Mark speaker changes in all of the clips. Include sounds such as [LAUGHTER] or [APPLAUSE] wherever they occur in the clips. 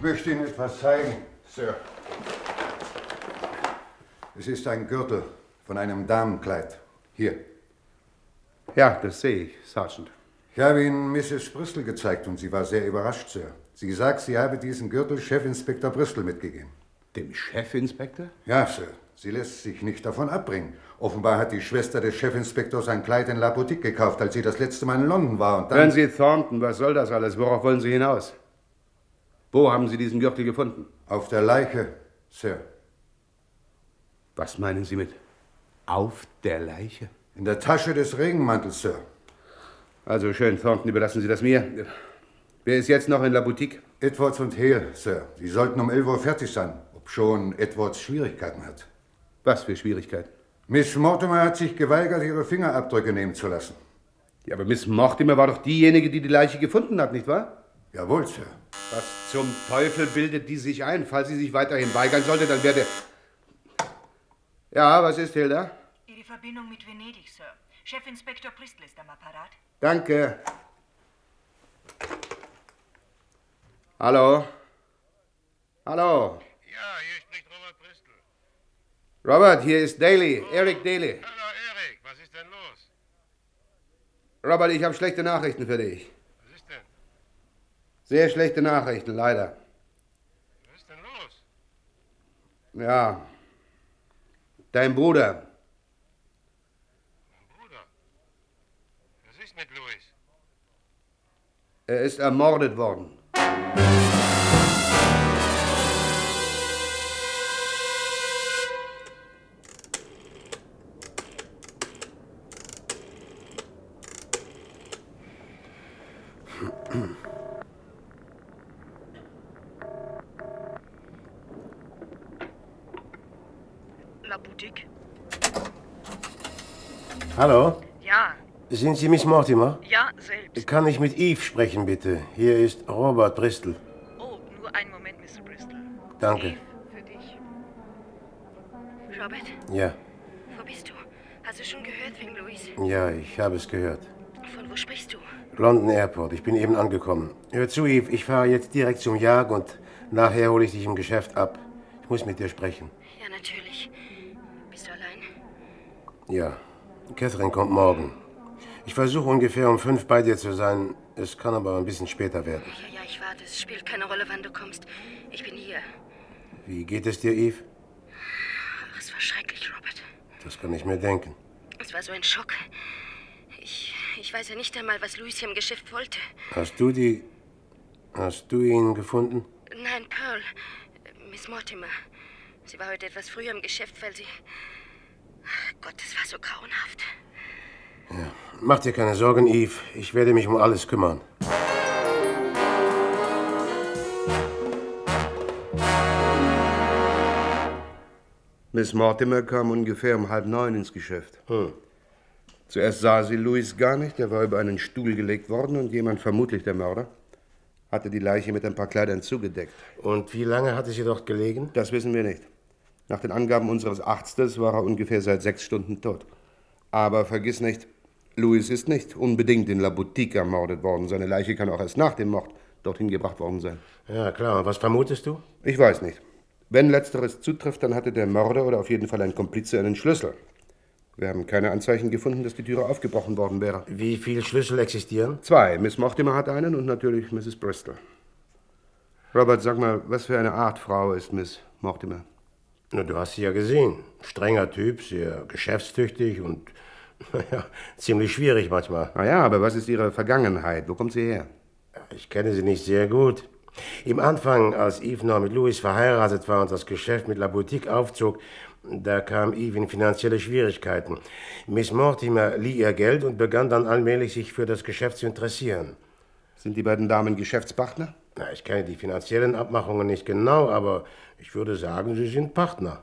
Speaker 1: möchte Ihnen etwas zeigen, Sir. Es ist ein Gürtel von einem Damenkleid. Hier.
Speaker 2: Ja, das sehe ich, Sergeant.
Speaker 1: Ich habe Ihnen Mrs. Bristol gezeigt und sie war sehr überrascht, Sir. Sie sagt, sie habe diesen Gürtel Chefinspektor Bristol mitgegeben.
Speaker 2: Dem Chefinspektor?
Speaker 1: Ja, Sir. Sie lässt sich nicht davon abbringen. Offenbar hat die Schwester des Chefinspektors ein Kleid in La Boutique gekauft, als sie das letzte Mal in London war. Und dann
Speaker 2: Hören Sie, Thornton, was soll das alles? Worauf wollen Sie hinaus? Wo haben Sie diesen Gürtel gefunden?
Speaker 1: auf der Leiche, Sir.
Speaker 2: Was meinen Sie mit auf der Leiche?
Speaker 1: In der Tasche des Regenmantels, Sir.
Speaker 2: Also schön, Thornton, überlassen Sie das mir. Wer ist jetzt noch in La Boutique?
Speaker 1: Edwards und Hale, Sir. Sie sollten um 11 Uhr fertig sein, obschon Edwards Schwierigkeiten hat.
Speaker 2: Was für Schwierigkeiten.
Speaker 1: Miss Mortimer hat sich geweigert, ihre Fingerabdrücke nehmen zu lassen.
Speaker 2: Ja, aber Miss Mortimer war doch diejenige, die die Leiche gefunden hat, nicht wahr?
Speaker 1: Jawohl, Sir.
Speaker 2: Was zum Teufel bildet die sich ein? Falls sie sich weiterhin weigern sollte, dann werde... Ja, was ist, Hilda?
Speaker 3: Ihre Verbindung mit Venedig, Sir. Chefinspektor Bristol ist am Apparat.
Speaker 2: Danke. Hallo? Hallo?
Speaker 4: Ja, hier spricht Robert Bristol.
Speaker 2: Robert, hier ist Daly, Eric Daly.
Speaker 4: Hallo Erik, was ist denn los?
Speaker 2: Robert, ich habe schlechte Nachrichten für dich.
Speaker 4: Was ist denn?
Speaker 2: Sehr schlechte Nachrichten, leider.
Speaker 4: Was ist denn los?
Speaker 2: Ja. Dein Bruder.
Speaker 4: Mein Bruder. Was ist mit Louis?
Speaker 2: Er ist ermordet worden.
Speaker 3: La Boutique?
Speaker 5: Hallo,
Speaker 3: Ja,
Speaker 5: sind Sie Miss Mortimer?
Speaker 3: ja, selbst.
Speaker 5: Kann ich mit Eve sprechen, bitte? Hier ist Robert Bristol.
Speaker 3: Oh, nur einen Moment, Mr. Bristol.
Speaker 5: Danke.
Speaker 3: Eve, Für dich. Robert,
Speaker 5: Ja,
Speaker 3: wo bist du? Hast du schon gehört wegen Louis?
Speaker 5: ja, ich habe es gehört.
Speaker 3: Von wo sprichst du?
Speaker 5: London Airport, ich bin eben angekommen. Hör zu, Eve, ich fahre jetzt direkt zum Jag und nachher hole ich dich im Geschäft ab. Ich muss mit dir sprechen.
Speaker 3: Ja, natürlich. Bist du allein?
Speaker 5: Ja, Catherine kommt morgen. Ich versuche ungefähr um fünf bei dir zu sein. Es kann aber ein bisschen später werden.
Speaker 3: Ja, ja, ich warte. Es spielt keine Rolle, wann du kommst. Ich bin hier.
Speaker 5: Wie geht es dir, Eve?
Speaker 3: Ach, es war schrecklich, Robert.
Speaker 5: Das kann ich mir denken.
Speaker 3: Es war so ein Schock. Ich, ich weiß ja nicht einmal, was Louis hier im Geschäft wollte.
Speaker 5: Hast du die. Hast du ihn gefunden?
Speaker 3: Nein, Pearl. äh, Miss Mortimer. Sie war heute etwas früher im Geschäft, weil sie. Ach Gott, das war so grauenhaft.
Speaker 5: Mach dir keine Sorgen, Eve. Ich werde mich um alles kümmern.
Speaker 2: Miss Mortimer kam ungefähr um halb neun ins Geschäft. Zuerst sah sie Louis gar nicht, der war über einen Stuhl gelegt worden und jemand, vermutlich der Mörder, hatte die Leiche mit ein paar Kleidern zugedeckt.
Speaker 5: Und wie lange hatte sie dort gelegen?
Speaker 2: Das wissen wir nicht. Nach den Angaben unseres Arztes war er ungefähr seit sechs Stunden tot. Aber vergiss nicht, Louis ist nicht unbedingt in La Boutique ermordet worden. Seine Leiche kann auch erst nach dem Mord dorthin gebracht worden sein.
Speaker 5: Ja, klar. Und was vermutest du?
Speaker 2: Ich weiß nicht. Wenn letzteres zutrifft, dann hatte der Mörder oder auf jeden Fall ein Komplize einen Schlüssel. Wir haben keine Anzeichen gefunden, dass die Türe aufgebrochen worden wäre.
Speaker 5: Wie viele Schlüssel existieren?
Speaker 2: Zwei. Miss Mortimer hat einen und natürlich Mrs. Bristol. Robert, sag mal, was für eine Art Frau ist Miss Mortimer?
Speaker 5: Na, du hast sie ja gesehen. Strenger Typ, sehr geschäftstüchtig und [LAUGHS] ja, ziemlich schwierig manchmal.
Speaker 2: Na Ah ja, aber was ist ihre Vergangenheit? Wo kommt sie her?
Speaker 5: Ich kenne sie nicht sehr gut. Im Anfang, als Eve noch mit Louis verheiratet war und das Geschäft mit La Boutique aufzog, da kam Eve in finanzielle Schwierigkeiten. Miss Mortimer lieh ihr Geld und begann dann allmählich, sich für das Geschäft zu interessieren.
Speaker 2: Sind die beiden Damen Geschäftspartner?
Speaker 5: Na, ich kenne die finanziellen Abmachungen nicht genau, aber ich würde sagen, sie sind Partner.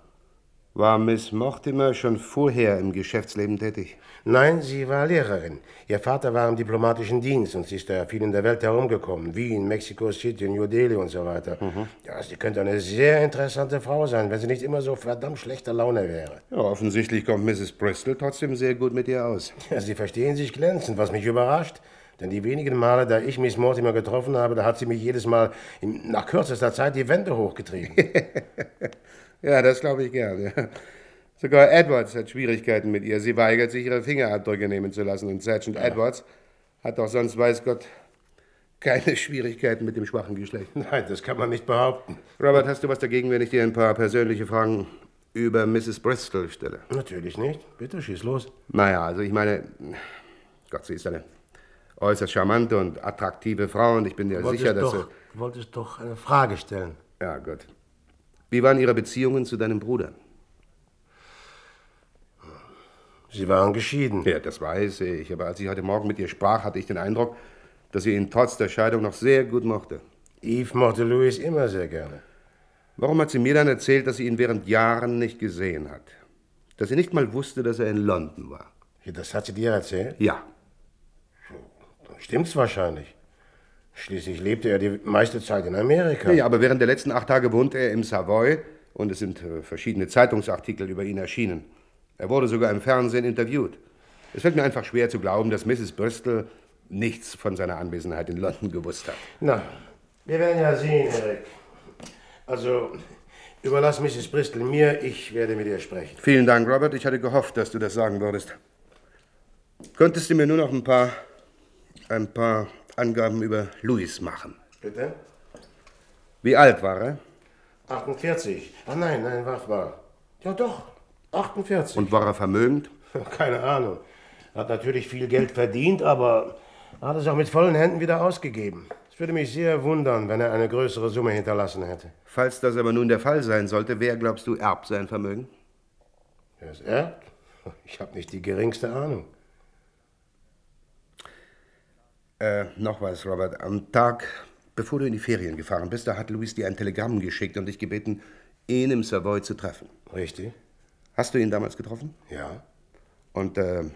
Speaker 2: War Miss Mortimer schon vorher im Geschäftsleben tätig?
Speaker 5: Nein, sie war Lehrerin. Ihr Vater war im diplomatischen Dienst und sie ist da viel in der Welt herumgekommen. Wien, Mexico City, New Delhi und so weiter. Ja, sie könnte eine sehr interessante Frau sein, wenn sie nicht immer so verdammt schlechter Laune wäre.
Speaker 2: Ja, offensichtlich kommt Mrs. Bristol trotzdem sehr gut mit ihr aus.
Speaker 5: Ja, sie verstehen sich glänzend, was mich überrascht. Denn die wenigen Male, da ich Miss Mortimer getroffen habe, da hat sie mich jedes Mal in, nach kürzester Zeit die
Speaker 2: [LAUGHS]
Speaker 5: Wände hochgetrieben.
Speaker 2: Ja, das glaube ich gern. Ja. Sogar Edwards hat Schwierigkeiten mit ihr. Sie weigert sich, ihre Fingerabdrücke nehmen zu lassen. Und Sergeant Edwards hat doch sonst, weiß Gott, keine Schwierigkeiten mit dem schwachen Geschlecht.
Speaker 5: Nein, das kann man nicht behaupten.
Speaker 2: Robert, hast du was dagegen, wenn ich dir ein paar persönliche Fragen über Mrs. Bristol stelle?
Speaker 5: Natürlich nicht. Bitte schieß los.
Speaker 2: Naja, also ich meine, Gott, sie ist eine äußerst charmante und attraktive Frau und ich bin dir sicher, dass
Speaker 5: doch, wolltest doch eine Frage stellen.
Speaker 2: sie... Ja, gut. Wie waren ihre Beziehungen zu deinem Bruder?
Speaker 5: Sie waren geschieden.
Speaker 2: Ja, das weiß ich, aber als ich heute Morgen mit ihr sprach, hatte ich den Eindruck, dass sie ihn trotz der Scheidung noch sehr gut mochte.
Speaker 5: Eve mochte Louis immer sehr gerne.
Speaker 2: Warum hat sie mir dann erzählt, dass sie ihn während Jahren nicht gesehen hat? Dass sie nicht mal wusste, dass er in London war?
Speaker 5: Das hat sie dir erzählt?
Speaker 2: Ja,
Speaker 5: Dann stimmt's wahrscheinlich. Schließlich lebte er die meiste Zeit in Amerika.
Speaker 2: Ja, ja, aber während der letzten acht Tage wohnt er im Savoy und es sind äh, verschiedene Zeitungsartikel über ihn erschienen. Er wurde sogar im Fernsehen interviewt. Es fällt mir einfach schwer zu glauben, dass Mrs. Bristol nichts von seiner Anwesenheit in London gewusst hat.
Speaker 5: Na, wir werden ja sehen, Eric. Also, überlass Mrs. Bristol mir, ich werde mit ihr sprechen.
Speaker 2: Vielen Dank, Robert. Ich hatte gehofft, dass du das sagen würdest. Könntest du mir nur noch ein paar, ein paar Angaben über Louis machen?
Speaker 5: Bitte?
Speaker 2: Wie alt war er
Speaker 5: 48. Ah nein, nein, wach mal. Ja doch, 48.
Speaker 2: und war er vermögend?
Speaker 5: [LAUGHS] Keine Ahnung. Hat natürlich viel Geld verdient, aber hat es auch mit vollen Händen wieder ausgegeben. Es würde mich sehr wundern, wenn er eine größere Summe hinterlassen hätte.
Speaker 2: Falls das aber nun der Fall sein sollte, wer glaubst du erbt sein Vermögen?
Speaker 5: Er ist erbt? Ich habe nicht die geringste Ahnung.
Speaker 2: Äh, noch was, Robert. Am Tag, bevor du in die Ferien gefahren bist, da hat Luis dir ein Telegramm geschickt und dich gebeten, ihn im Savoy zu treffen.
Speaker 5: Richtig?
Speaker 2: Hast du ihn damals getroffen?
Speaker 5: Ja.
Speaker 2: Und äh, äh,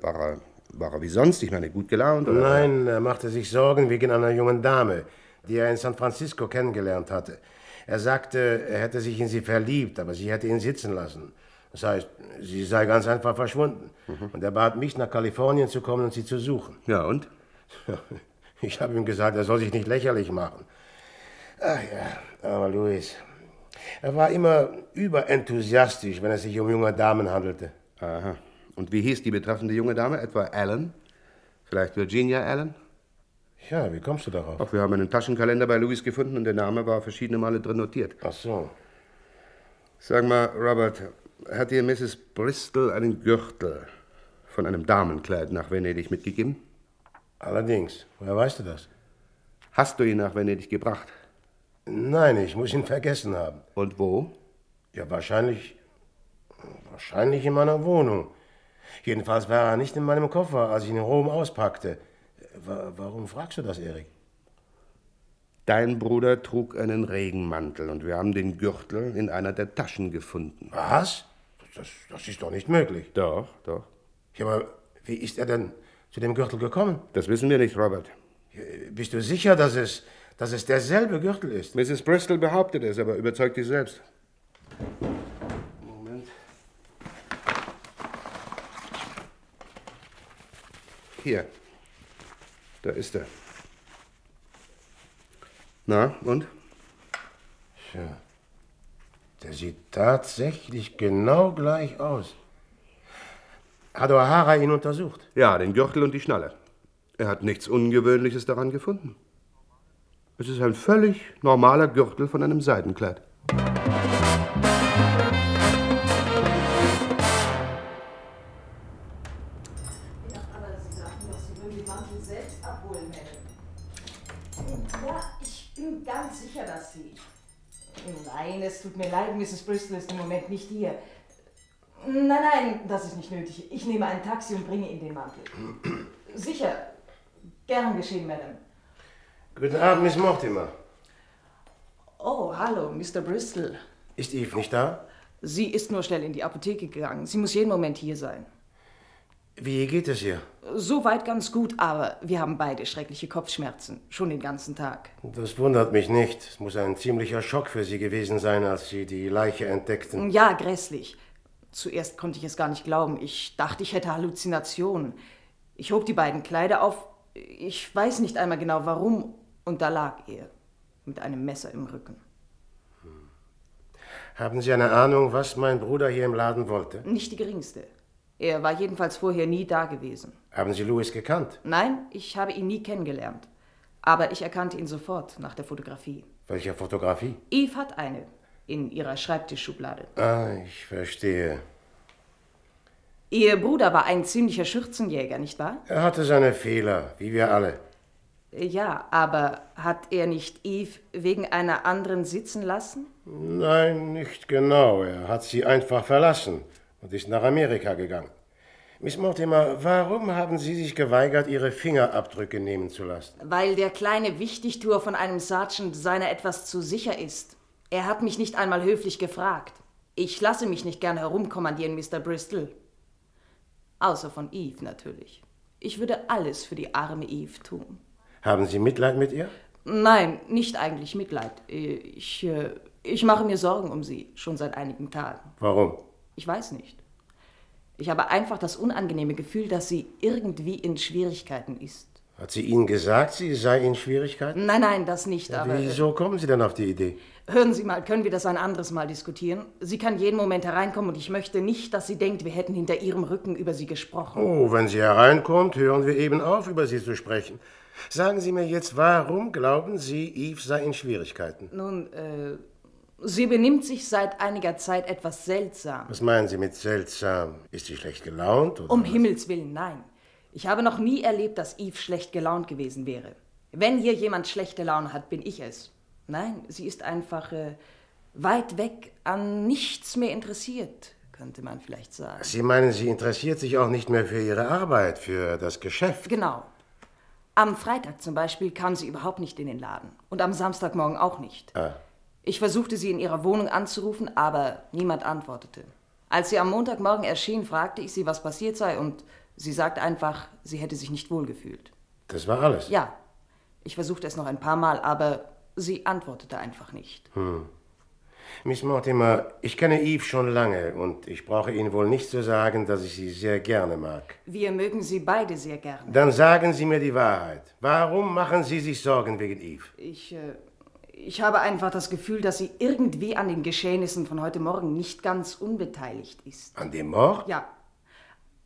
Speaker 2: war, er, war er wie sonst? Ich meine, gut gelaunt? Oder?
Speaker 5: Nein, er machte sich Sorgen wegen einer jungen Dame, die er in San Francisco kennengelernt hatte. Er sagte, er hätte sich in sie verliebt, aber sie hätte ihn sitzen lassen. Das heißt, sie sei ganz einfach verschwunden. Und er bat mich, nach Kalifornien zu kommen und sie zu [LAUGHS] suchen.
Speaker 2: Ja, und?
Speaker 5: Ich habe ihm gesagt, er soll sich nicht lächerlich machen. Ach ja, aber Luis, er war immer überenthusiastisch, wenn es sich um junge Damen handelte.
Speaker 2: Aha. Und wie hieß die betreffende junge Dame? Etwa Allen? Vielleicht Virginia Allen?
Speaker 5: Ja, wie kommst du darauf?
Speaker 2: Ach, wir haben einen Taschenkalender bei Luis gefunden und der Name war verschiedene Male drin notiert.
Speaker 5: Ach so.
Speaker 2: Sag mal, Robert, hat dir Mrs. Bristol einen Gürtel von einem Damenkleid nach Venedig mitgegeben?
Speaker 5: Allerdings, woher weißt du das?
Speaker 2: Hast du ihn nach Venedig gebracht?
Speaker 5: Nein, ich muss ihn vergessen haben.
Speaker 2: Und wo?
Speaker 5: Ja, wahrscheinlich. Wahrscheinlich in meiner Wohnung. Jedenfalls war er nicht in meinem Koffer, als ich ihn in Rom auspackte. Wa- warum fragst du das, Erik?
Speaker 2: Dein Bruder trug einen Regenmantel und wir haben den Gürtel in einer der Taschen gefunden.
Speaker 5: Was? Das, das ist doch nicht möglich.
Speaker 2: Doch, doch.
Speaker 5: Ja, aber wie ist er denn zu dem Gürtel gekommen?
Speaker 2: Das wissen wir nicht, Robert.
Speaker 5: Äh, Bist du sicher, dass es, dass es derselbe Gürtel ist?
Speaker 2: Mrs. Bristol behauptet es, aber überzeugt dich selbst. Moment. Hier. Da ist er. Na, und?
Speaker 5: Tja. Der sieht tatsächlich genau gleich aus. Hat O'Hara ihn untersucht?
Speaker 2: Ja, den Gürtel und die Schnalle. Er hat nichts Ungewöhnliches daran gefunden. Es ist ein völlig normaler Gürtel von einem Seidenkleid.
Speaker 6: Aber Sie sagten doch, Sie würden die Mantel selbst abholen, Madam. Ja, ich bin ganz sicher, dass Sie. Nein, es tut mir leid, Mrs. Bristol ist im Moment nicht hier. Nein, nein, das ist nicht nötig. Ich nehme ein Taxi und bringe Ihnen den Mantel. Sicher. Gern geschehen, Madam.
Speaker 5: Guten Abend, Miss Mortimer.
Speaker 6: Oh, hallo, Mr. Bristol.
Speaker 5: Ist Eve nicht da?
Speaker 6: Sie ist nur schnell in die Apotheke gegangen. Sie muss jeden Moment hier sein.
Speaker 5: Wie geht es ihr?
Speaker 6: Soweit ganz gut, aber wir haben beide schreckliche Kopfschmerzen. Schon den ganzen Tag.
Speaker 5: Das wundert mich nicht. Es muss ein ziemlicher Schock für Sie gewesen sein, als Sie die Leiche entdeckten.
Speaker 6: Ja, grässlich. Zuerst konnte ich es gar nicht glauben. Ich dachte, ich hätte Halluzinationen. Ich hob die beiden Kleider auf Ich weiß nicht einmal genau warum, und da lag er mit einem Messer im Rücken.
Speaker 5: Haben Sie eine Ahnung, was mein Bruder hier im Laden wollte?
Speaker 6: Nicht die geringste. Er war jedenfalls vorher nie da gewesen.
Speaker 5: Haben Sie Louis gekannt?
Speaker 6: Nein, ich habe ihn nie kennengelernt. Aber ich erkannte ihn sofort nach der Fotografie.
Speaker 5: Welche Fotografie?
Speaker 6: Eve hat eine in ihrer Schreibtischschublade.
Speaker 5: Ah, ich verstehe.
Speaker 6: Ihr Bruder war ein ziemlicher Schürzenjäger, nicht wahr?
Speaker 5: Er hatte seine Fehler, wie wir alle.
Speaker 6: Ja, aber hat er nicht Eve wegen einer anderen sitzen lassen?
Speaker 5: Nein, nicht genau. Er hat sie einfach verlassen und ist nach Amerika gegangen. Miss Mortimer, warum haben Sie sich geweigert, Ihre Fingerabdrücke nehmen zu lassen?
Speaker 6: Weil der kleine Wichtigtour von einem Sergeant seiner etwas zu sicher ist. Er hat mich nicht einmal höflich gefragt. Ich lasse mich nicht gern herumkommandieren, Mr. Bristol. Außer von Eve natürlich. Ich würde alles für die arme Eve tun.
Speaker 5: Haben Sie Mitleid mit ihr?
Speaker 6: Nein, nicht eigentlich Mitleid. Ich, äh, ich mache mir Sorgen um sie, schon seit einigen Tagen.
Speaker 5: Warum?
Speaker 6: Ich weiß nicht. Ich habe einfach das unangenehme Gefühl, dass sie irgendwie in Schwierigkeiten ist.
Speaker 5: Hat sie Ihnen gesagt, sie sei in Schwierigkeiten?
Speaker 6: Nein, nein, das nicht, aber. äh,
Speaker 5: Wieso kommen Sie denn auf die Idee?
Speaker 6: Hören Sie mal, können wir das ein anderes Mal diskutieren? Sie kann jeden Moment hereinkommen und ich möchte nicht, dass sie denkt, wir hätten hinter ihrem Rücken über sie gesprochen.
Speaker 5: Oh, wenn sie hereinkommt, hören wir eben auf, über sie zu sprechen. Sagen Sie mir jetzt, warum glauben Sie, Eve sei in Schwierigkeiten?
Speaker 6: Nun, äh, sie benimmt sich seit einiger Zeit etwas seltsam.
Speaker 5: Was meinen Sie mit seltsam? Ist sie schlecht gelaunt? Oder
Speaker 6: Um
Speaker 5: was?
Speaker 6: Himmels Willen, nein. Ich habe noch nie erlebt, dass Eve schlecht gelaunt gewesen wäre. Wenn hier jemand schlechte Laune hat, bin ich es. Nein, sie ist einfach äh, weit weg an nichts mehr interessiert, könnte man vielleicht sagen.
Speaker 5: Sie meinen, sie interessiert sich auch nicht mehr für ihre Arbeit, für das Geschäft.
Speaker 6: Genau. Am Freitag zum Beispiel kam sie überhaupt nicht in den Laden und am Samstagmorgen auch nicht.
Speaker 5: Ah,
Speaker 6: Ich versuchte sie in ihrer Wohnung anzurufen, aber niemand antwortete. Als sie am Montagmorgen erschien, fragte ich sie, was passiert sei und sie sagte einfach, sie hätte sich nicht wohlgefühlt.
Speaker 5: Das war alles.
Speaker 6: Ja, ich versuchte es noch ein paar Mal, aber sie antwortete einfach nicht.
Speaker 5: Miss Mortimer, ich kenne Eve schon lange und ich brauche Ihnen wohl nicht zu sagen, dass ich sie sehr gerne mag.
Speaker 6: Wir mögen sie beide sehr gerne.
Speaker 5: Dann sagen Sie mir die Wahrheit. Warum machen Sie sich Sorgen wegen Eve?
Speaker 6: Ich, äh, ich habe einfach das Gefühl, dass sie irgendwie an den Geschehnissen von heute Morgen nicht ganz unbeteiligt ist.
Speaker 5: An dem Mord?
Speaker 6: Ja.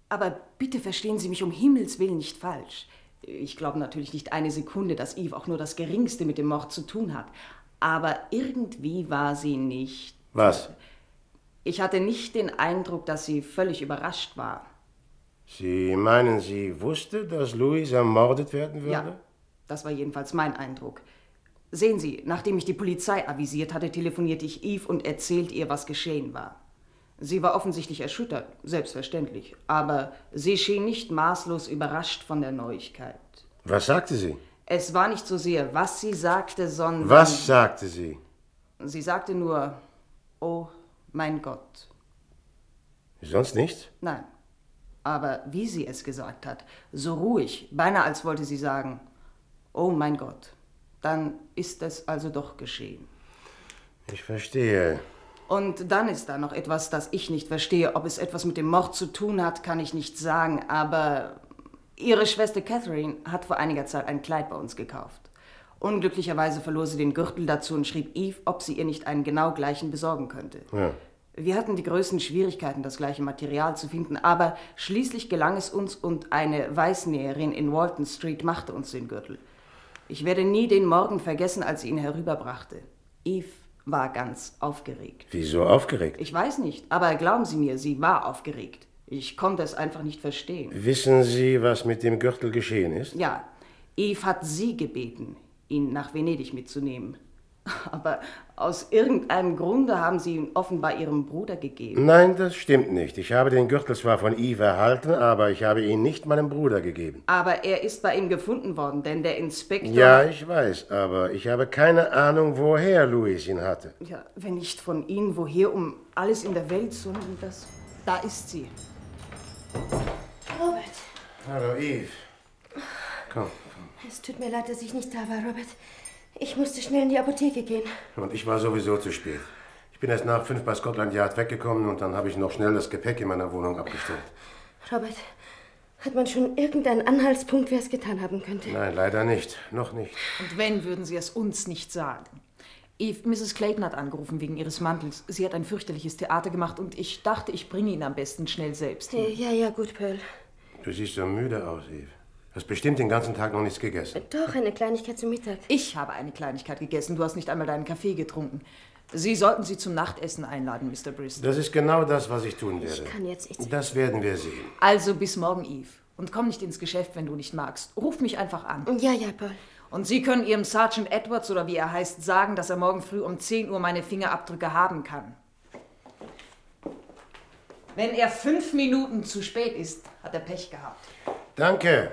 Speaker 6: Aber bitte verstehen Sie mich um Himmels Willen nicht falsch. Ich glaube natürlich nicht eine Sekunde, dass Eve auch nur das Geringste mit dem Mord zu tun hat. Aber irgendwie war sie nicht.
Speaker 5: Was?
Speaker 6: Ich hatte nicht den Eindruck, dass sie völlig überrascht war.
Speaker 5: Sie meinen, sie wusste, dass Louis ermordet werden würde?
Speaker 6: Ja, das war jedenfalls mein Eindruck. Sehen Sie, nachdem ich die Polizei avisiert hatte, telefonierte ich Eve und erzählte ihr, was geschehen war. Sie war offensichtlich erschüttert, selbstverständlich, aber sie schien nicht maßlos überrascht von der Neuigkeit.
Speaker 5: Was sagte sie?
Speaker 6: Es war nicht so sehr, was sie sagte, sondern.
Speaker 5: Was sagte sie?
Speaker 6: Sie sagte nur, oh mein Gott.
Speaker 5: Sonst nichts?
Speaker 6: Nein. Aber wie sie es gesagt hat, so ruhig, beinahe als wollte sie sagen, oh mein Gott, dann ist es also doch geschehen.
Speaker 5: Ich verstehe.
Speaker 6: Und dann ist da noch etwas, das ich nicht verstehe. Ob es etwas mit dem Mord zu tun hat, kann ich nicht sagen, aber ihre Schwester Catherine hat vor einiger Zeit ein Kleid bei uns gekauft. Unglücklicherweise verlor sie den Gürtel dazu und schrieb Eve, ob sie ihr nicht einen genau gleichen besorgen könnte.
Speaker 5: Ja.
Speaker 6: Wir hatten die größten Schwierigkeiten, das gleiche Material zu finden, aber schließlich gelang es uns und eine Weißnäherin in Walton Street machte uns den Gürtel. Ich werde nie den Morgen vergessen, als sie ihn herüberbrachte. Eve war ganz aufgeregt.
Speaker 5: Wieso aufgeregt?
Speaker 6: Ich weiß nicht, aber glauben Sie mir, sie war aufgeregt. Ich konnte es einfach nicht verstehen.
Speaker 5: Wissen Sie, was mit dem Gürtel geschehen ist?
Speaker 6: Ja, Eve hat sie gebeten, ihn nach Venedig mitzunehmen. [LAUGHS] Aber aus irgendeinem Grunde haben sie ihn offenbar ihrem Bruder gegeben.
Speaker 5: Nein, das stimmt nicht. Ich habe den Gürtel zwar von Eve erhalten, aber ich habe ihn nicht meinem Bruder gegeben.
Speaker 6: Aber er ist bei ihm gefunden worden, denn der Inspektor.
Speaker 5: Ja, ich weiß, aber ich habe keine Ahnung, woher Louis ihn hatte.
Speaker 6: ja wenn nicht von Ihnen, woher um alles in der Welt, sondern das. Da ist sie.
Speaker 7: Robert,
Speaker 5: Hallo, Eve. Komm,
Speaker 7: es tut mir leid, dass ich nicht da war, Robert. Ich musste schnell in die Apotheke gehen.
Speaker 5: Und ich war sowieso zu spät. Ich bin erst nach fünf bei Scotland Yard weggekommen und dann habe ich noch schnell das Gepäck in meiner Wohnung abgestellt.
Speaker 7: Robert, Hat man schon irgendeinen Anhaltspunkt, wer es getan haben könnte?
Speaker 5: Nein, leider nicht. Noch nicht.
Speaker 8: Und wenn, würden Sie es uns nicht sagen. Eve, Mrs. Clayton hat angerufen wegen ihres Mantels. Sie hat ein fürchterliches Theater gemacht und ich dachte, ich bringe ihn am besten schnell selbst.
Speaker 7: Äh, Ja, ja, gut, Pearl.
Speaker 5: Du siehst so müde aus, Eve. Hast bestimmt den ganzen Tag noch nichts gegessen.
Speaker 7: Doch, eine Kleinigkeit zum Mittag.
Speaker 8: Ich habe eine Kleinigkeit gegessen. Du hast nicht einmal deinen Kaffee getrunken. Sie sollten sie zum Nachtessen einladen, Mr. Bristol.
Speaker 5: Das ist genau das, was ich tun werde.
Speaker 7: kann jetzt nichts mehr.
Speaker 5: Das werden wir sehen.
Speaker 8: Also bis morgen, Eve. Und komm nicht ins Geschäft, wenn du nicht magst. Ruf mich einfach an.
Speaker 7: Ja, ja, Pearl.
Speaker 8: Und Sie können Ihrem Sergeant Edwards oder wie er heißt sagen, dass er morgen früh um 10 Uhr meine Fingerabdrücke haben kann. Wenn er fünf Minuten zu spät ist, hat er Pech gehabt.
Speaker 5: Danke.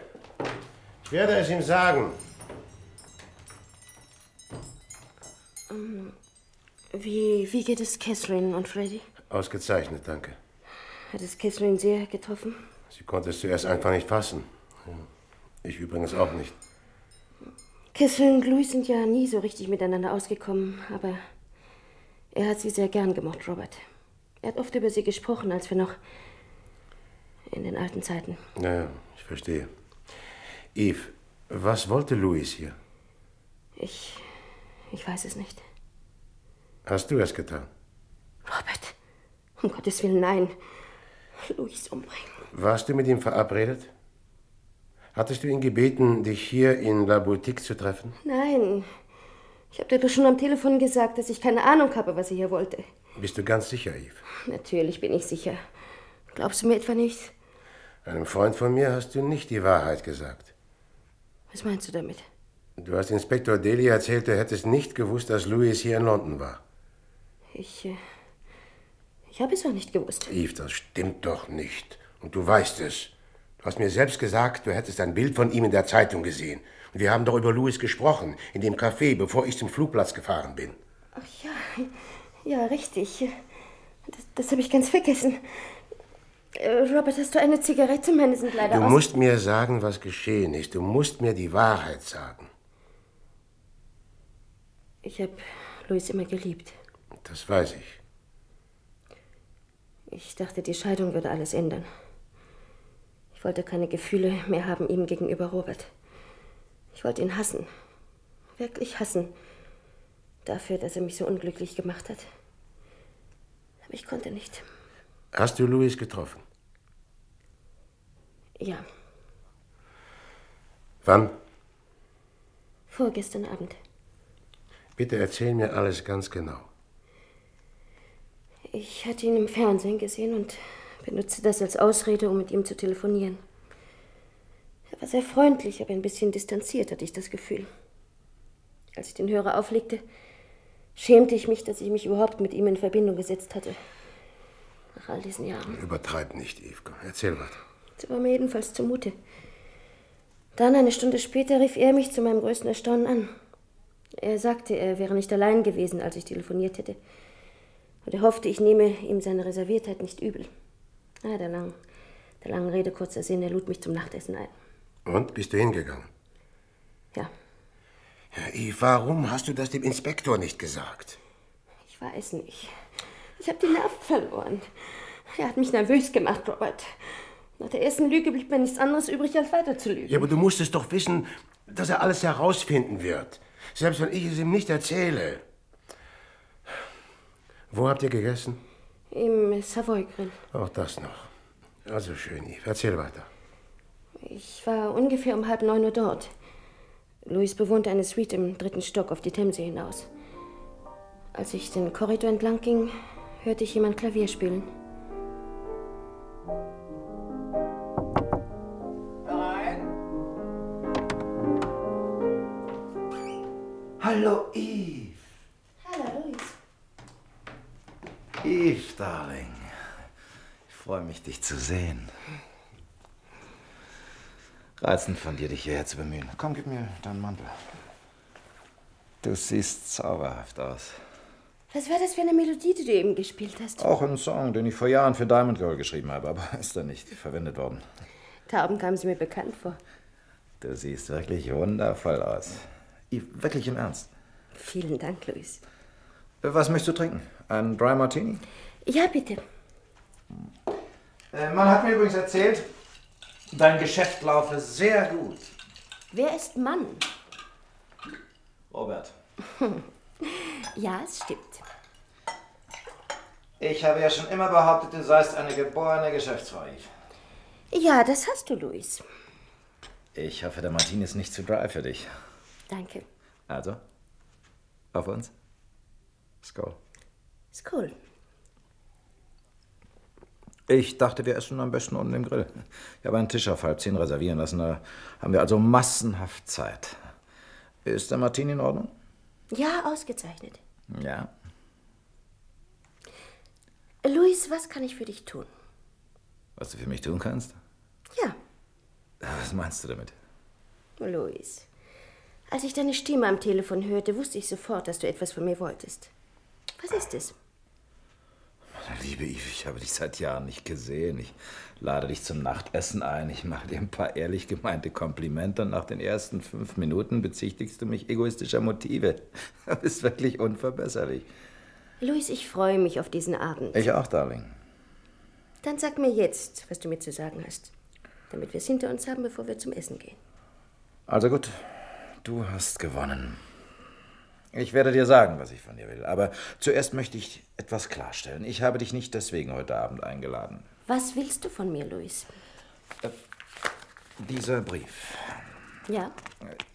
Speaker 5: Ich werde es ihm sagen.
Speaker 7: Wie, wie geht es Catherine und Freddy?
Speaker 5: Ausgezeichnet, danke.
Speaker 7: Hat es Catherine sehr getroffen?
Speaker 5: Sie konnte es zuerst einfach nicht fassen. Ich übrigens auch nicht.
Speaker 7: Catherine und Louis sind ja nie so richtig miteinander ausgekommen, aber er hat sie sehr gern gemocht, Robert. Er hat oft über sie gesprochen, als wir noch in den alten Zeiten.
Speaker 5: Naja, ich verstehe. Eve, was wollte Louis hier?
Speaker 7: Ich, ich weiß es nicht.
Speaker 5: Hast du es getan?
Speaker 7: Robert, um Gottes Willen, nein. Louis umbringen.
Speaker 5: Warst du mit ihm verabredet? Hattest du ihn gebeten, dich hier in La Boutique zu treffen?
Speaker 7: Nein. Ich habe dir doch schon am Telefon gesagt, dass ich keine Ahnung habe, was er hier wollte.
Speaker 5: Bist du ganz sicher, Eve?
Speaker 7: Natürlich bin ich sicher. Glaubst du mir etwa nicht?
Speaker 5: Einem Freund von mir hast du nicht die Wahrheit gesagt.
Speaker 7: Was meinst du damit?
Speaker 5: Du hast Inspektor Deli erzählt, du hättest nicht gewusst, dass Louis hier in London war.
Speaker 7: Ich. Äh, ich habe es auch nicht gewusst.
Speaker 5: Eve, das stimmt doch nicht. Und du weißt es. Du hast mir selbst gesagt, du hättest ein Bild von ihm in der Zeitung gesehen. Und wir haben doch über Louis gesprochen, in dem Café, bevor ich zum Flugplatz gefahren bin.
Speaker 7: Ach ja. Ja, richtig. Das, das habe ich ganz vergessen. Äh, Robert, hast du eine Zigarette? Meine sind leider
Speaker 5: Du
Speaker 7: aus.
Speaker 5: musst mir sagen, was geschehen ist. Du musst mir die Wahrheit sagen.
Speaker 7: Ich habe Louis immer geliebt.
Speaker 5: Das weiß ich.
Speaker 7: Ich dachte, die Scheidung würde alles ändern. Ich wollte keine Gefühle mehr haben ihm gegenüber Robert. Ich wollte ihn hassen. Wirklich hassen. Dafür, dass er mich so unglücklich gemacht hat. Aber ich konnte nicht.
Speaker 5: Hast du Louis getroffen?
Speaker 7: Ja,
Speaker 5: Wann?
Speaker 7: vorgestern Abend.
Speaker 5: Bitte erzähl mir alles ganz genau.
Speaker 7: Ich hatte ihn im Fernsehen gesehen und benutzte das als Ausrede, um mit ihm zu telefonieren. Er war sehr freundlich, aber ein bisschen distanziert, hatte ich das Gefühl. Als ich den Hörer auflegte, schämte ich mich, dass ich mich überhaupt mit ihm in Verbindung gesetzt hatte. Nach all diesen Jahren.
Speaker 5: Übertreib nicht, Eve. Komm, Erzähl weiter.
Speaker 7: So war mir jedenfalls zumute. Dann, eine Stunde später, rief er mich zu meinem größten Erstaunen an. Er sagte, er wäre nicht allein gewesen, als ich telefoniert hätte. Und er hoffte, ich nehme ihm seine Reserviertheit nicht übel. Ah, der langen, der langen Rede kurzer Sinn, er lud mich zum Nachtessen ein.
Speaker 5: Und bist du hingegangen?
Speaker 7: Ja,
Speaker 5: Ja, Eve, warum hast du das dem Inspektor nicht gesagt?
Speaker 7: ich weiß nicht. Ich habe die Nerven verloren. Er hat mich nervös gemacht, Robert. Nach der ersten Lüge blieb mir nichts anderes übrig, als weiter zu lügen.
Speaker 5: Ja, aber du musst es doch wissen, dass er alles herausfinden wird. Selbst wenn ich es ihm nicht erzähle. Wo habt ihr gegessen?
Speaker 7: Im Savoy Grill.
Speaker 5: Auch das noch. Also schön, Eve. Erzähl weiter.
Speaker 7: Ich war ungefähr um halb neun Uhr dort. Louis bewohnte eine Suite im dritten Stock auf die Themse hinaus. Als ich den Korridor entlang ging, hörte ich jemand Klavier spielen.
Speaker 9: Hallo, Eve.
Speaker 7: Hallo, Louis.
Speaker 9: Eve, Darling. Ich freue mich, dich zu sehen. Reizend von dir, dich hierher zu bemühen. Komm, gib mir deinen Mantel. Du siehst zauberhaft aus.
Speaker 7: Was war das für eine Melodie, die du eben gespielt hast?
Speaker 9: Auch ein Song, den ich vor Jahren für Diamond Girl geschrieben habe, aber [LAUGHS] ist er nicht verwendet worden.
Speaker 7: Tauben kamen sie mir bekannt vor.
Speaker 9: Du siehst wirklich wundervoll aus. Eve, wirklich im Ernst.
Speaker 7: Vielen Dank, Louis.
Speaker 9: Was möchtest du trinken? Ein Dry Martini?
Speaker 7: Ja, bitte.
Speaker 9: Äh, Man hat mir übrigens erzählt,
Speaker 10: Dein Geschäft laufe sehr gut.
Speaker 7: Wer ist Mann?
Speaker 10: Robert,
Speaker 7: Ja, es stimmt.
Speaker 10: ich habe ja schon immer behauptet, du seist eine geborene Geschäftsfrau. Eve.
Speaker 7: Ja, das hast du, Luis.
Speaker 9: Ich hoffe, der Martin ist nicht zu dry für dich.
Speaker 7: Danke.
Speaker 9: Also, auf uns. Skull.
Speaker 7: Ist cool.
Speaker 9: Ich dachte, wir essen am besten unten im Grill. Ich habe einen Tisch auf halb zehn reservieren lassen. Da haben wir also massenhaft Zeit. Ist der Martin in Ordnung?
Speaker 7: Ja, ausgezeichnet.
Speaker 9: Ja.
Speaker 7: Luis, was kann ich für dich tun?
Speaker 9: Was du für mich tun kannst?
Speaker 7: Ja.
Speaker 9: Was meinst du damit?
Speaker 7: Luis. Als ich deine Stimme am Telefon hörte, wusste ich sofort, dass du etwas von mir wolltest. Was ist es?
Speaker 9: Liebe Yves, ich habe dich seit Jahren nicht gesehen. Ich lade dich zum Nachtessen ein. Ich mache dir ein paar ehrlich gemeinte Komplimente und nach den ersten fünf Minuten bezichtigst du mich egoistischer Motive. [LAUGHS] Das ist wirklich unverbesserlich.
Speaker 7: Luis, ich freue mich auf diesen Abend.
Speaker 9: Ich auch, Darling.
Speaker 7: Dann sag mir jetzt, was du mir zu sagen hast, damit wir es hinter uns haben, bevor wir zum Essen gehen.
Speaker 9: Also gut, du hast gewonnen. Ich werde dir sagen, was ich von dir will, aber zuerst möchte ich etwas klarstellen. Ich habe dich nicht deswegen heute Abend eingeladen.
Speaker 7: Was willst du von mir, Luis?
Speaker 9: Dieser Brief.
Speaker 7: Ja?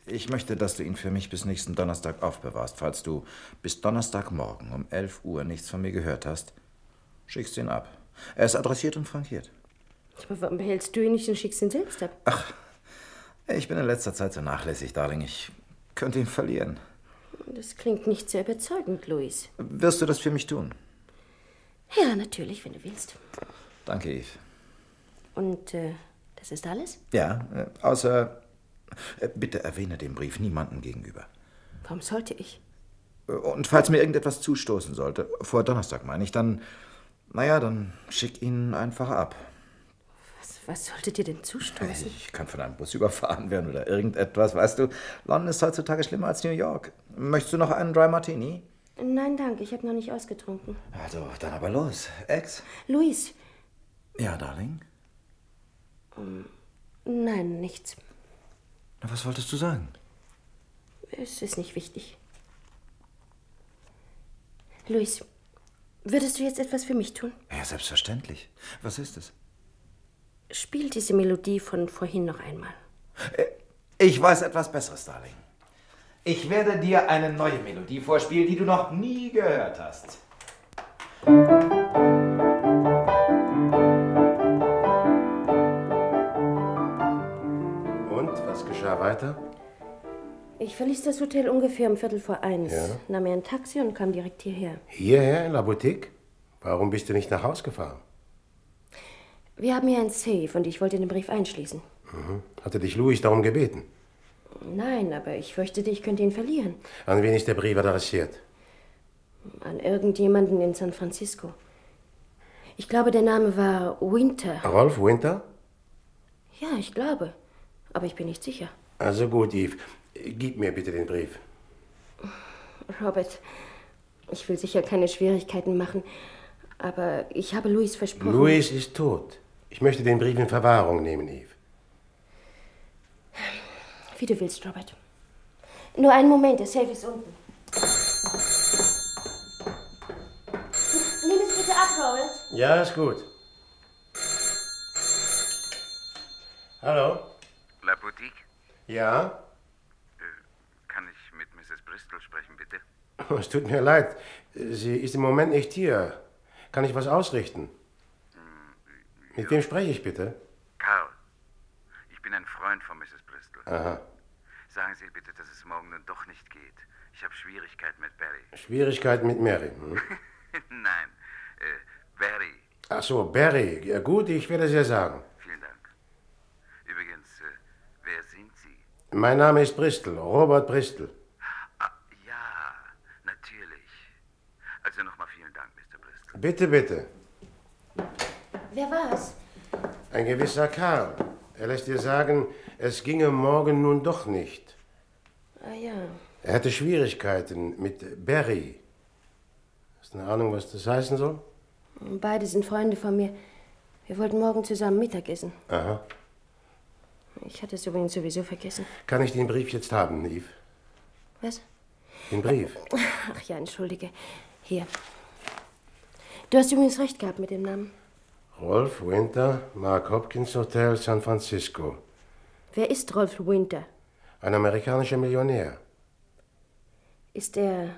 Speaker 9: Ich möchte, dass du ihn für mich bis nächsten Donnerstag aufbewahrst. Falls du bis Donnerstagmorgen um 11 Uhr nichts von mir gehört hast, schickst ihn ab. Er ist adressiert und frankiert.
Speaker 7: Aber warum behältst du ihn nicht und schickst ihn selbst ab?
Speaker 9: Ich bin in letzter Zeit so nachlässig, Darling. Ich könnte ihn verlieren.
Speaker 7: Das klingt nicht sehr überzeugend, Luis.
Speaker 9: Wirst du das für mich tun?
Speaker 7: Ja, natürlich, wenn du willst.
Speaker 9: Danke, Eve.
Speaker 7: Und äh, das ist alles?
Speaker 9: Ja, äh, außer. äh, Bitte erwähne den Brief niemandem gegenüber.
Speaker 7: Warum sollte ich?
Speaker 9: Äh, Und falls mir irgendetwas zustoßen sollte, vor Donnerstag meine ich, dann. Naja, dann schick ihn einfach ab.
Speaker 7: Was, was sollte dir denn zustoßen?
Speaker 9: Ich kann von einem Bus [LAUGHS] überfahren werden oder irgendetwas, weißt du. London ist heutzutage schlimmer als New York. Möchtest du noch einen Dry Martini?
Speaker 7: Nein, danke, ich habe noch nicht ausgetrunken.
Speaker 9: Also, dann aber los. Ex?
Speaker 7: Luis,
Speaker 9: Ja, Darling.
Speaker 7: nein, nichts.
Speaker 9: Na, Was wolltest du sagen?
Speaker 7: Es ist nicht wichtig. Luis, würdest du jetzt etwas für mich tun?
Speaker 9: Ja, selbstverständlich. Was ist es?
Speaker 7: Spiel diese Melodie von vorhin noch einmal.
Speaker 9: Ich weiß etwas Besseres, Darling.
Speaker 10: Ich werde dir eine neue Melodie vorspielen, die du noch nie gehört hast.
Speaker 5: Und was geschah weiter?
Speaker 7: Ich verließ das Hotel ungefähr um Viertel vor eins, nahm mir ein Taxi und kam direkt hierher.
Speaker 5: Hierher in der Boutique? Warum bist du nicht nach Haus gefahren?
Speaker 7: Wir haben hier ein Safe und ich wollte den Brief einschließen.
Speaker 5: Hatte dich Louis darum gebeten?
Speaker 7: Nein, aber ich fürchtete, ich könnte ihn verlieren.
Speaker 5: An wen ist der Brief adressiert?
Speaker 7: An irgendjemanden in San Francisco. Ich glaube, der Name war Winter.
Speaker 5: Rolf Winter?
Speaker 7: Ja, ich glaube. Aber ich bin nicht sicher.
Speaker 5: Also gut, Eve. Gib mir bitte den Brief.
Speaker 7: Robert, ich will sicher keine Schwierigkeiten machen, aber ich habe Luis versprochen.
Speaker 5: Louis ist tot. Ich möchte den Brief in Verwahrung nehmen, Eve.
Speaker 7: Wie du willst, Robert. Nur einen Moment, der Safe ist unten. Nimm es bitte ab, Robert.
Speaker 5: Ja, ist gut. Hallo?
Speaker 11: La Boutique? Äh,
Speaker 5: Ja?
Speaker 11: Kann ich mit Mrs. Bristol sprechen, bitte?
Speaker 5: Oh, Es tut mir leid. Sie ist im Moment nicht hier. Kann ich was ausrichten? Mit wem spreche ich bitte?
Speaker 11: Karl, ich bin ein Freund von Mrs. Bristol.
Speaker 5: Aha.
Speaker 11: Sagen Sie ihr bitte, dass es morgen nun doch nicht geht. Ich habe Schwierigkeiten mit Barry. [LAUGHS]
Speaker 5: Schwierigkeiten mit Mary. Hm?
Speaker 11: Nein, äh, Barry,
Speaker 5: Ach so, Barry. Ja, gut, ich werde es ihr sagen.
Speaker 11: vielen Dank. Übrigens, äh, wer sind Sie?
Speaker 5: Mein Name ist Bristol, Robert Bristol.
Speaker 11: Ah, ja, natürlich. Also nochmal vielen Dank, Mr. Bristol.
Speaker 5: Bitte, bitte.
Speaker 7: Wer war's?
Speaker 5: Ein gewisser Karl. Er lässt dir sagen, es ginge morgen nun doch nicht.
Speaker 7: Ah ja.
Speaker 5: Er hatte Schwierigkeiten mit Barry. Hast du eine Ahnung, was das heißen soll?
Speaker 7: Beide sind Freunde von mir. Wir wollten morgen zusammen Mittag essen.
Speaker 5: Aha.
Speaker 7: Ich hatte es übrigens sowieso vergessen.
Speaker 5: Kann ich den Brief jetzt haben, Eve?
Speaker 7: Was?
Speaker 5: Den Brief?
Speaker 7: Ach ja, entschuldige. Hier. Du hast übrigens recht gehabt mit dem Namen.
Speaker 5: Rolf Winter, Mark Hopkins Hotel, San Francisco.
Speaker 7: Wer ist Rolf Winter?
Speaker 5: Ein amerikanischer Millionär.
Speaker 7: Ist er.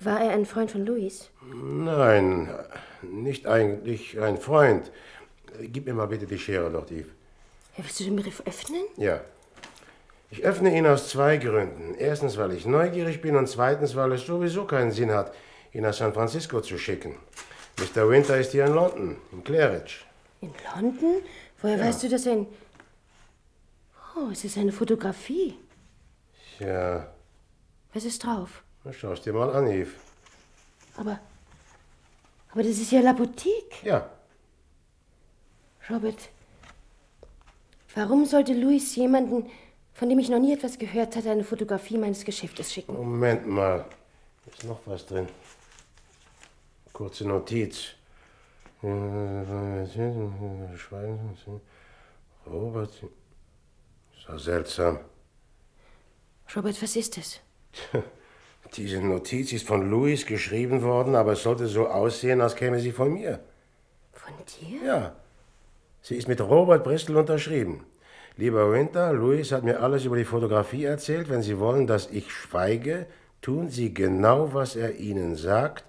Speaker 7: War er ein Freund von Louis?
Speaker 5: Nein, nicht eigentlich ein Freund. Gib mir mal bitte die Schere, Lord Eve.
Speaker 7: Ja, willst du den Brief öffnen?
Speaker 5: Ja. Ich öffne ihn aus zwei Gründen. Erstens, weil ich neugierig bin und zweitens, weil es sowieso keinen Sinn hat, ihn nach San Francisco zu schicken. Mr. Winter ist hier in London, in Claridge.
Speaker 7: In London? Woher
Speaker 5: Ja.
Speaker 7: weißt du, dass er in. Oh, es ist eine Fotografie.
Speaker 5: Tja,
Speaker 7: Was ist drauf?
Speaker 5: na, schau es dir mal an, Eve.
Speaker 7: Aber. Aber das ist ja Lapotik.
Speaker 5: Ja,
Speaker 7: Robert, warum sollte Louis jemanden, von dem ich noch nie etwas gehört hatte, eine Fotografie meines Geschäftes schicken?
Speaker 5: Moment mal. Ist noch was drin? Kurze Notiz. Schweigen. Robert. So seltsam.
Speaker 7: Robert, was ist es?
Speaker 5: Diese Notiz ist von Louis geschrieben worden, aber es sollte so aussehen, als käme sie von mir.
Speaker 7: Von dir?
Speaker 5: Ja. Sie ist mit Robert Bristol unterschrieben. Lieber Winter, Louis hat mir alles über die Fotografie erzählt. Wenn Sie wollen, dass ich schweige, tun Sie genau, was er Ihnen sagt.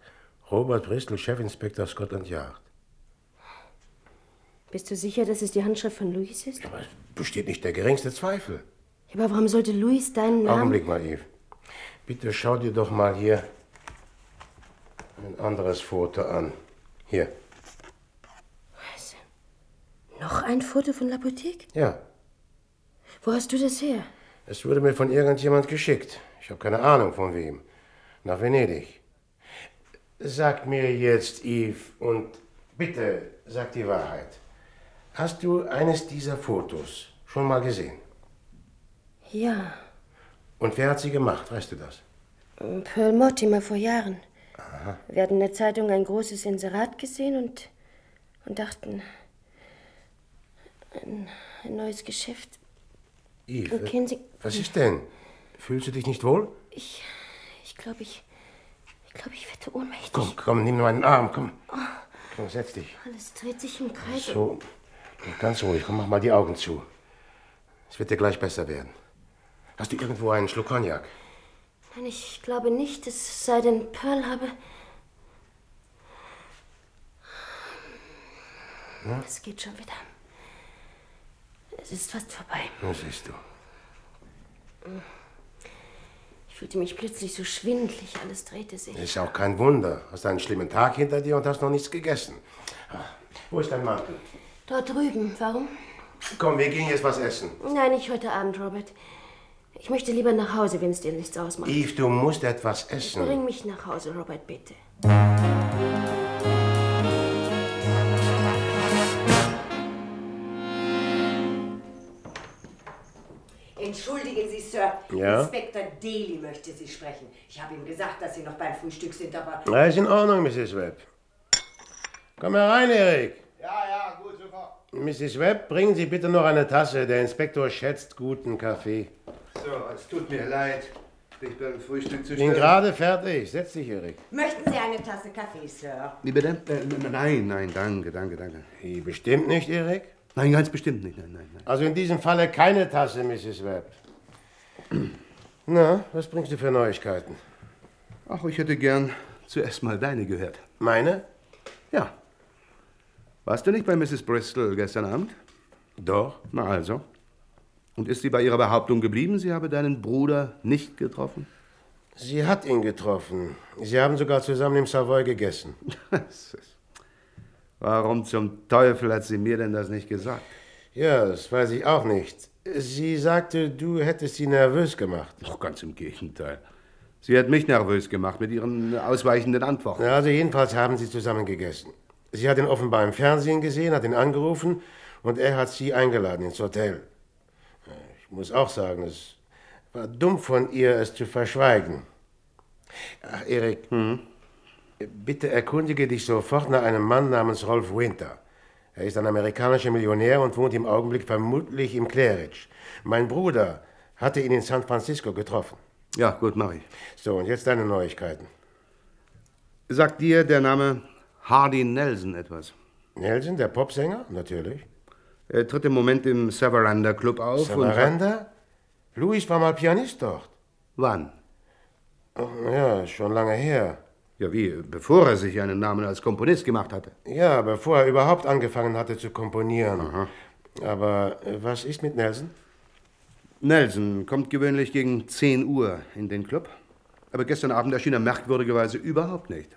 Speaker 5: Robert Bristol, Chefinspektor Scotland Yard.
Speaker 7: Bist du sicher, dass es die Handschrift von Louis ist?
Speaker 5: Aber besteht nicht der geringste Zweifel.
Speaker 7: Aber warum sollte Louis deinen Namen...
Speaker 5: Augenblick mal, Eve. Bitte schau dir doch mal hier ein anderes Foto an. Hier.
Speaker 7: Was? Noch ein Foto von Lapotik?
Speaker 5: Ja,
Speaker 7: Wo hast du das her?
Speaker 5: Es wurde mir von irgendjemand geschickt. Ich habe keine Ahnung von wem. Nach Venedig. Sag mir jetzt, Eve, und bitte sag die Wahrheit. Hast du eines dieser Fotos schon mal gesehen?
Speaker 7: Ja,
Speaker 5: Und wer hat sie gemacht, weißt du das?
Speaker 7: äh, Pearl Mortimer vor Jahren.
Speaker 5: Aha.
Speaker 7: Wir hatten in der Zeitung ein großes Inserat gesehen und, und dachten, ein, ein neues Geschäft.
Speaker 5: Eve,
Speaker 1: Äh.
Speaker 7: Und kennen Sie-
Speaker 5: was ist denn? Fühlst du dich nicht wohl?
Speaker 7: Ich, ich glaube, ich, ich glaube, ich werde ohnmächtig.
Speaker 5: Komm, komm, nimm meinen Arm, komm. Komm, setz dich.
Speaker 7: Alles dreht sich im Kreis.
Speaker 5: So, ganz ruhig, komm, mach mal die Augen zu. Es wird dir gleich besser werden. Hast du irgendwo einen Schluck Cognac?
Speaker 7: Nein, ich glaube nicht, es sei denn, Pearl habe.
Speaker 5: Na?
Speaker 7: Es geht schon wieder. Es ist fast vorbei.
Speaker 5: Na, siehst du.
Speaker 7: Ich fühlte mich plötzlich so schwindlig, alles drehte sich.
Speaker 5: Ist auch kein Wunder. Hast einen schlimmen Tag hinter dir und hast noch nichts gegessen. Ah, Wo ist dein Mantel?
Speaker 7: Dort drüben, warum?
Speaker 5: Komm, wir gehen jetzt was essen.
Speaker 7: Nein, nicht heute Abend, Robert. Ich möchte lieber nach Hause, wenn es dir nichts ausmacht.
Speaker 5: Eve, du musst etwas
Speaker 7: Bring
Speaker 5: essen.
Speaker 7: mich nach Hause, Robert, bitte.
Speaker 12: Entschuldigen Sie, Sir.
Speaker 5: Ja?
Speaker 12: Inspektor Daly möchte Sie sprechen. Ich habe ihm gesagt, dass Sie noch beim Frühstück sind, aber...
Speaker 5: Na, ist in Ordnung, Mrs. Webb. Komm herein, Erik.
Speaker 13: Ja, ja, gut, super.
Speaker 5: Mrs. Webb, bringen Sie bitte noch eine Tasse. Der Inspektor schätzt guten Kaffee.
Speaker 1: So, es tut mir leid, dich beim Frühstück zu
Speaker 5: Bin gerade fertig. Setz dich, Erik.
Speaker 12: Möchten Sie eine Tasse Kaffee, Sir?
Speaker 2: Wie bitte? Äh, nein, nein, danke, danke, danke.
Speaker 5: Bestimmt nicht, Erik?
Speaker 2: Nein, ganz bestimmt nicht, nein, nein. nein.
Speaker 5: Also in diesem Falle keine Tasse, Mrs. Webb. Na, was bringst du für Neuigkeiten?
Speaker 2: Ach, ich hätte gern zuerst mal deine gehört.
Speaker 5: Meine?
Speaker 2: Ja. Warst du nicht bei Mrs. Bristol gestern Abend?
Speaker 5: Doch.
Speaker 2: Na also. Und ist sie bei ihrer Behauptung geblieben, sie habe deinen Bruder nicht getroffen?
Speaker 5: Sie hat ihn getroffen. Sie haben sogar zusammen im Savoy gegessen.
Speaker 2: Warum zum Teufel hat sie mir denn das nicht gesagt?
Speaker 5: Ja, das weiß ich auch nicht. Sie sagte, du hättest sie nervös gemacht.
Speaker 2: Doch ganz im Gegenteil. Sie hat mich nervös gemacht mit ihren ausweichenden Antworten.
Speaker 5: Na, also jedenfalls haben sie zusammen gegessen. Sie hat ihn offenbar im Fernsehen gesehen, hat ihn angerufen und er hat sie eingeladen ins Hotel. Ich muss auch sagen, es war dumm von ihr, es zu verschweigen. Ach, Erik, bitte erkundige dich sofort nach einem Mann namens Rolf Winter.
Speaker 1: Er ist ein amerikanischer Millionär und wohnt im Augenblick vermutlich im Claridge. Mein Bruder hatte ihn in San Francisco getroffen.
Speaker 2: Ja, gut, mach ich.
Speaker 1: So, und jetzt deine Neuigkeiten.
Speaker 2: Sagt dir der Name Hardy Nelson etwas?
Speaker 1: Nelson, der Popsänger? Natürlich.
Speaker 2: Er tritt im Moment im Savaranda Club auf. und-
Speaker 1: Savaranda? Louis war mal Pianist dort.
Speaker 2: Wann?
Speaker 1: Ja, schon lange her.
Speaker 2: Ja, wie? Bevor er sich einen Namen als Komponist gemacht hatte.
Speaker 1: Ja, bevor er überhaupt angefangen hatte zu komponieren.
Speaker 9: Mhm.
Speaker 1: Aber äh, was ist mit Nelson?
Speaker 2: Nelson kommt gewöhnlich gegen 10 Uhr in den Club. Aber gestern Abend erschien er merkwürdigerweise überhaupt nicht.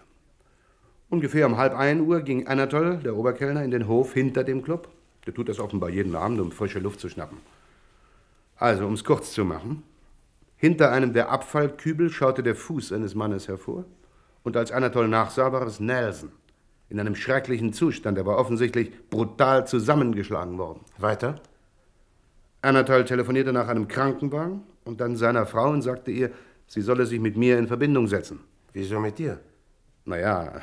Speaker 2: Ungefähr um halb 1 Uhr ging Anatol, der Oberkellner, in den Hof hinter dem Club. Der tut das offenbar jeden Abend, um frische Luft zu schnappen. Also, um es kurz zu machen. Hinter einem der Abfallkübel schaute der Fuß eines Mannes hervor. Und als Anatol nachsah, war es Nelson. In einem schrecklichen Zustand. Er war offensichtlich brutal zusammengeschlagen worden.
Speaker 1: Weiter?
Speaker 2: Anatol telefonierte nach einem Krankenwagen und dann seiner Frau und sagte ihr, sie solle sich mit mir in Verbindung setzen.
Speaker 1: Wieso mit dir?
Speaker 2: Naja,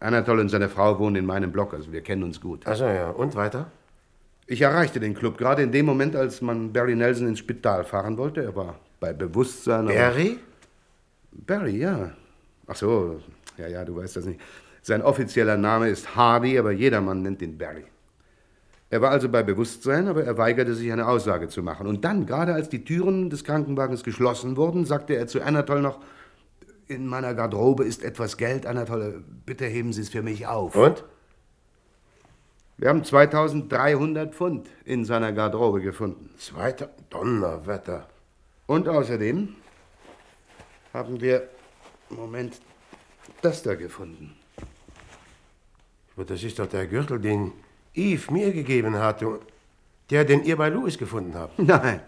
Speaker 2: Anatol und seine Frau wohnen in meinem Block, also wir kennen uns gut.
Speaker 1: Also ja, und weiter?
Speaker 2: Ich erreichte den Club gerade in dem Moment, als man Barry Nelson ins Spital fahren wollte. Er war bei Bewusstsein. aber-
Speaker 1: Barry?
Speaker 2: Barry, ja. Ach so, ja, ja, du weißt das nicht. Sein offizieller Name ist Hardy, aber jedermann nennt ihn Barry. Er war also bei Bewusstsein, aber er weigerte sich, eine Aussage zu machen. Und dann, gerade als die Türen des Krankenwagens geschlossen wurden, sagte er zu Anatol noch, in meiner Garderobe ist etwas Geld, Anatol, bitte heben Sie es für mich auf.
Speaker 1: Und?
Speaker 2: Wir haben 2300 Pfund in seiner Garderobe gefunden.
Speaker 1: Zweiter Donnerwetter.
Speaker 2: Und außerdem haben wir, Moment, das da gefunden. [LAUGHS]
Speaker 1: Aber das ist doch der Gürtel, den Eve mir gegeben hatte. und Der, den ihr bei Louis gefunden habt.
Speaker 2: Nein,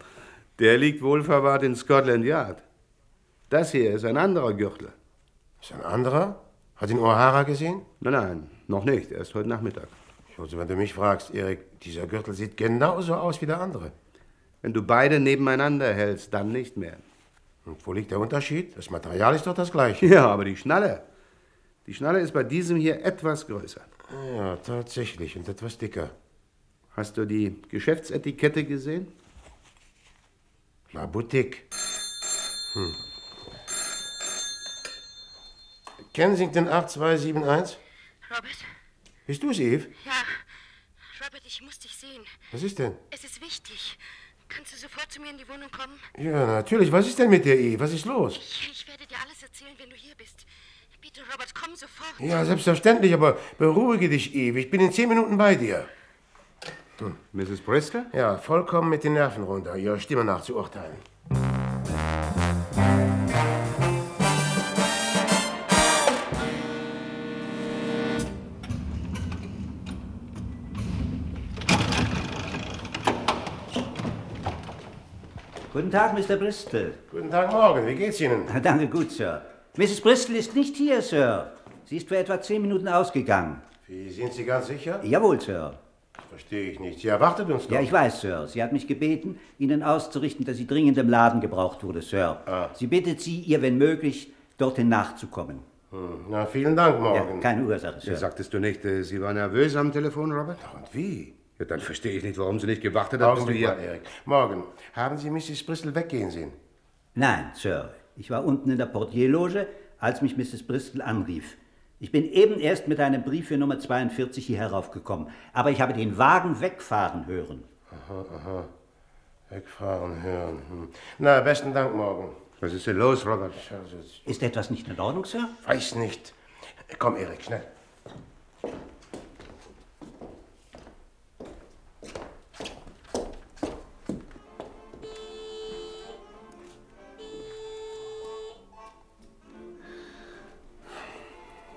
Speaker 2: der liegt wohlverwahrt in Scotland Yard. Das hier ist ein anderer Gürtel.
Speaker 1: Ist ein anderer? Hat ihn O'Hara gesehen?
Speaker 2: Nein, nein, noch nicht. Erst heute Nachmittag.
Speaker 1: Also wenn du mich fragst, Erik, dieser Gürtel sieht genauso aus wie der andere.
Speaker 2: Wenn du beide nebeneinander hältst, dann nicht mehr.
Speaker 1: Und wo liegt der Unterschied? Das Material ist doch das gleiche.
Speaker 2: Ja, aber die Schnalle. Die Schnalle ist bei diesem hier etwas größer.
Speaker 1: Ja, tatsächlich. Und etwas dicker.
Speaker 2: Hast du die Geschäftsetikette gesehen?
Speaker 1: La Boutique. Hm. Kensington 8271?
Speaker 7: Robert?
Speaker 1: Bist du's, Eve?
Speaker 7: Ja. Robert, ich muss dich sehen.
Speaker 1: Was ist denn?
Speaker 7: Es ist wichtig. Kannst du sofort zu mir in die Wohnung kommen?
Speaker 1: Ja, natürlich. Was ist denn mit dir, Eve? Was ist los?
Speaker 7: Ich werde dir alles erzählen, wenn du hier bist. Bitte, Robert, komm sofort.
Speaker 1: Ja, selbstverständlich, aber beruhige dich, Eve. Ich bin in zehn Minuten bei dir.
Speaker 2: Mrs. Bristol?
Speaker 1: Ja, vollkommen mit den Nerven runter, ihrer Stimme nach zu urteilen.
Speaker 9: Guten Tag, Mr. Bristol.
Speaker 1: Guten Tag, Morgan. Wie geht's Ihnen?
Speaker 9: Danke, gut, Sir. Mrs. Bristol ist nicht hier, Sir. Sie ist für etwa zehn Minuten ausgegangen.
Speaker 1: Wie, sind Sie ganz sicher?
Speaker 9: Jawohl, Sir.
Speaker 1: Verstehe ich nicht. Sie erwartet uns doch.
Speaker 9: Ja, ich weiß, Sir. Sie hat mich gebeten, Ihnen auszurichten, dass sie dringend im Laden gebraucht wurde, Sir. Sie bittet Sie, ihr, wenn möglich, dorthin nachzukommen.
Speaker 1: Hm, Na, vielen Dank,
Speaker 9: Ja, keine Ursache, Sir.
Speaker 2: Ja, sagtest du nicht, äh, sie war nervös am Telefon, Robert?
Speaker 1: Und wie?
Speaker 2: Ja, dann verstehe ich nicht, warum sie nicht gewartet hat, bis du
Speaker 1: Augenblick mal,
Speaker 2: hier...
Speaker 1: Erik. Morgan, haben Sie Mrs. Bristol weggehen sehen?
Speaker 9: Nein, Sir. Ich war unten in der Portierloge, als mich Mrs. Bristol anrief. Ich bin eben erst mit einem Brief für Nummer 42 hier heraufgekommen, aber ich habe den Wagen wegfahren hören.
Speaker 1: Aha, aha. Wegfahren hören. Hm. Na, besten Dank, Morgan.
Speaker 2: Was ist denn los, Robert?
Speaker 9: Ist etwas nicht in Ordnung, Sir?
Speaker 1: Weiß nicht. Komm, Erik, schnell.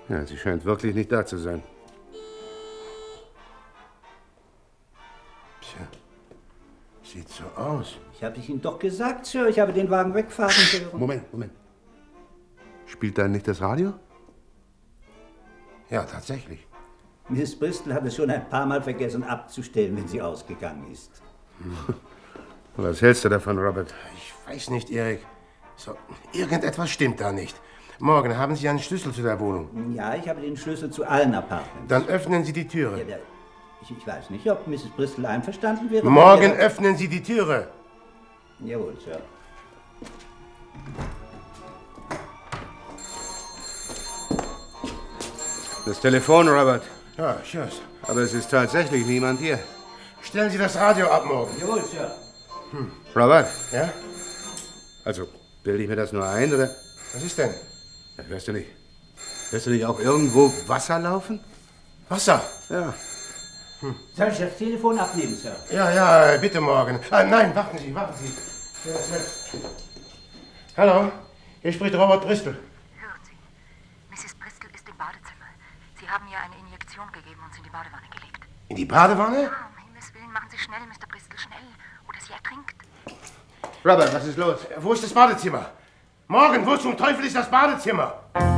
Speaker 2: Ja, sie scheint wirklich nicht da zu sein.
Speaker 1: Tja, sieht so aus.
Speaker 9: Ich habe es Ihnen doch gesagt, Sir, ich habe den Wagen wegfahren hören.
Speaker 2: Moment, Moment. Spielt da nicht das Radio?
Speaker 1: Ja, tatsächlich.
Speaker 9: Miss Bristol hat es schon ein paar Mal vergessen abzustellen, wenn sie ausgegangen ist.
Speaker 2: Was hältst du davon, Robert?
Speaker 1: Weiß nicht, Erik. So, irgendetwas stimmt da nicht. Morgen haben Sie einen Schlüssel zu der Wohnung.
Speaker 9: Ja, ich habe den Schlüssel zu allen Apartments.
Speaker 1: Dann öffnen Sie die Türe.
Speaker 9: Ja, Ich, ich weiß nicht, ob Mrs. Bristol einverstanden wäre.
Speaker 1: Morgen
Speaker 9: wenn wir-
Speaker 1: öffnen Sie die Türe.
Speaker 9: Jawohl, Sir.
Speaker 2: Das Telefon, Robert.
Speaker 1: Ja, tschüss.
Speaker 2: Aber es ist tatsächlich niemand hier.
Speaker 1: Stellen Sie das Radio ab morgen.
Speaker 9: Jawohl, Sir.
Speaker 2: Robert?
Speaker 1: Ja?
Speaker 2: Also, bilde ich mir das nur ein, oder?
Speaker 1: Was ist denn?
Speaker 2: Ja, Hörst du nicht? Hörst du nicht auch irgendwo Wasser laufen?
Speaker 1: Wasser?
Speaker 2: Ja.
Speaker 9: Soll ich das Telefon abnehmen, Sir?
Speaker 1: Ja, ja, bitte morgen. Ah, nein, warten Sie, warten Sie. Ja, selbst. Hallo, hier spricht Robert Bristol.
Speaker 3: Hören Sie, Mrs. Bristol ist im Badezimmer. Sie haben ihr eine Injektion gegeben und sie in die Badewanne gelegt.
Speaker 1: In die Badewanne?
Speaker 3: Ah, um Himmels Willen, machen Sie schnell, Mr. Bristol, schnell. Oder sie ertrinkt.
Speaker 1: Robert, was ist los? Wo ist das Badezimmer? Morgen, wo zum Teufel ist das Badezimmer?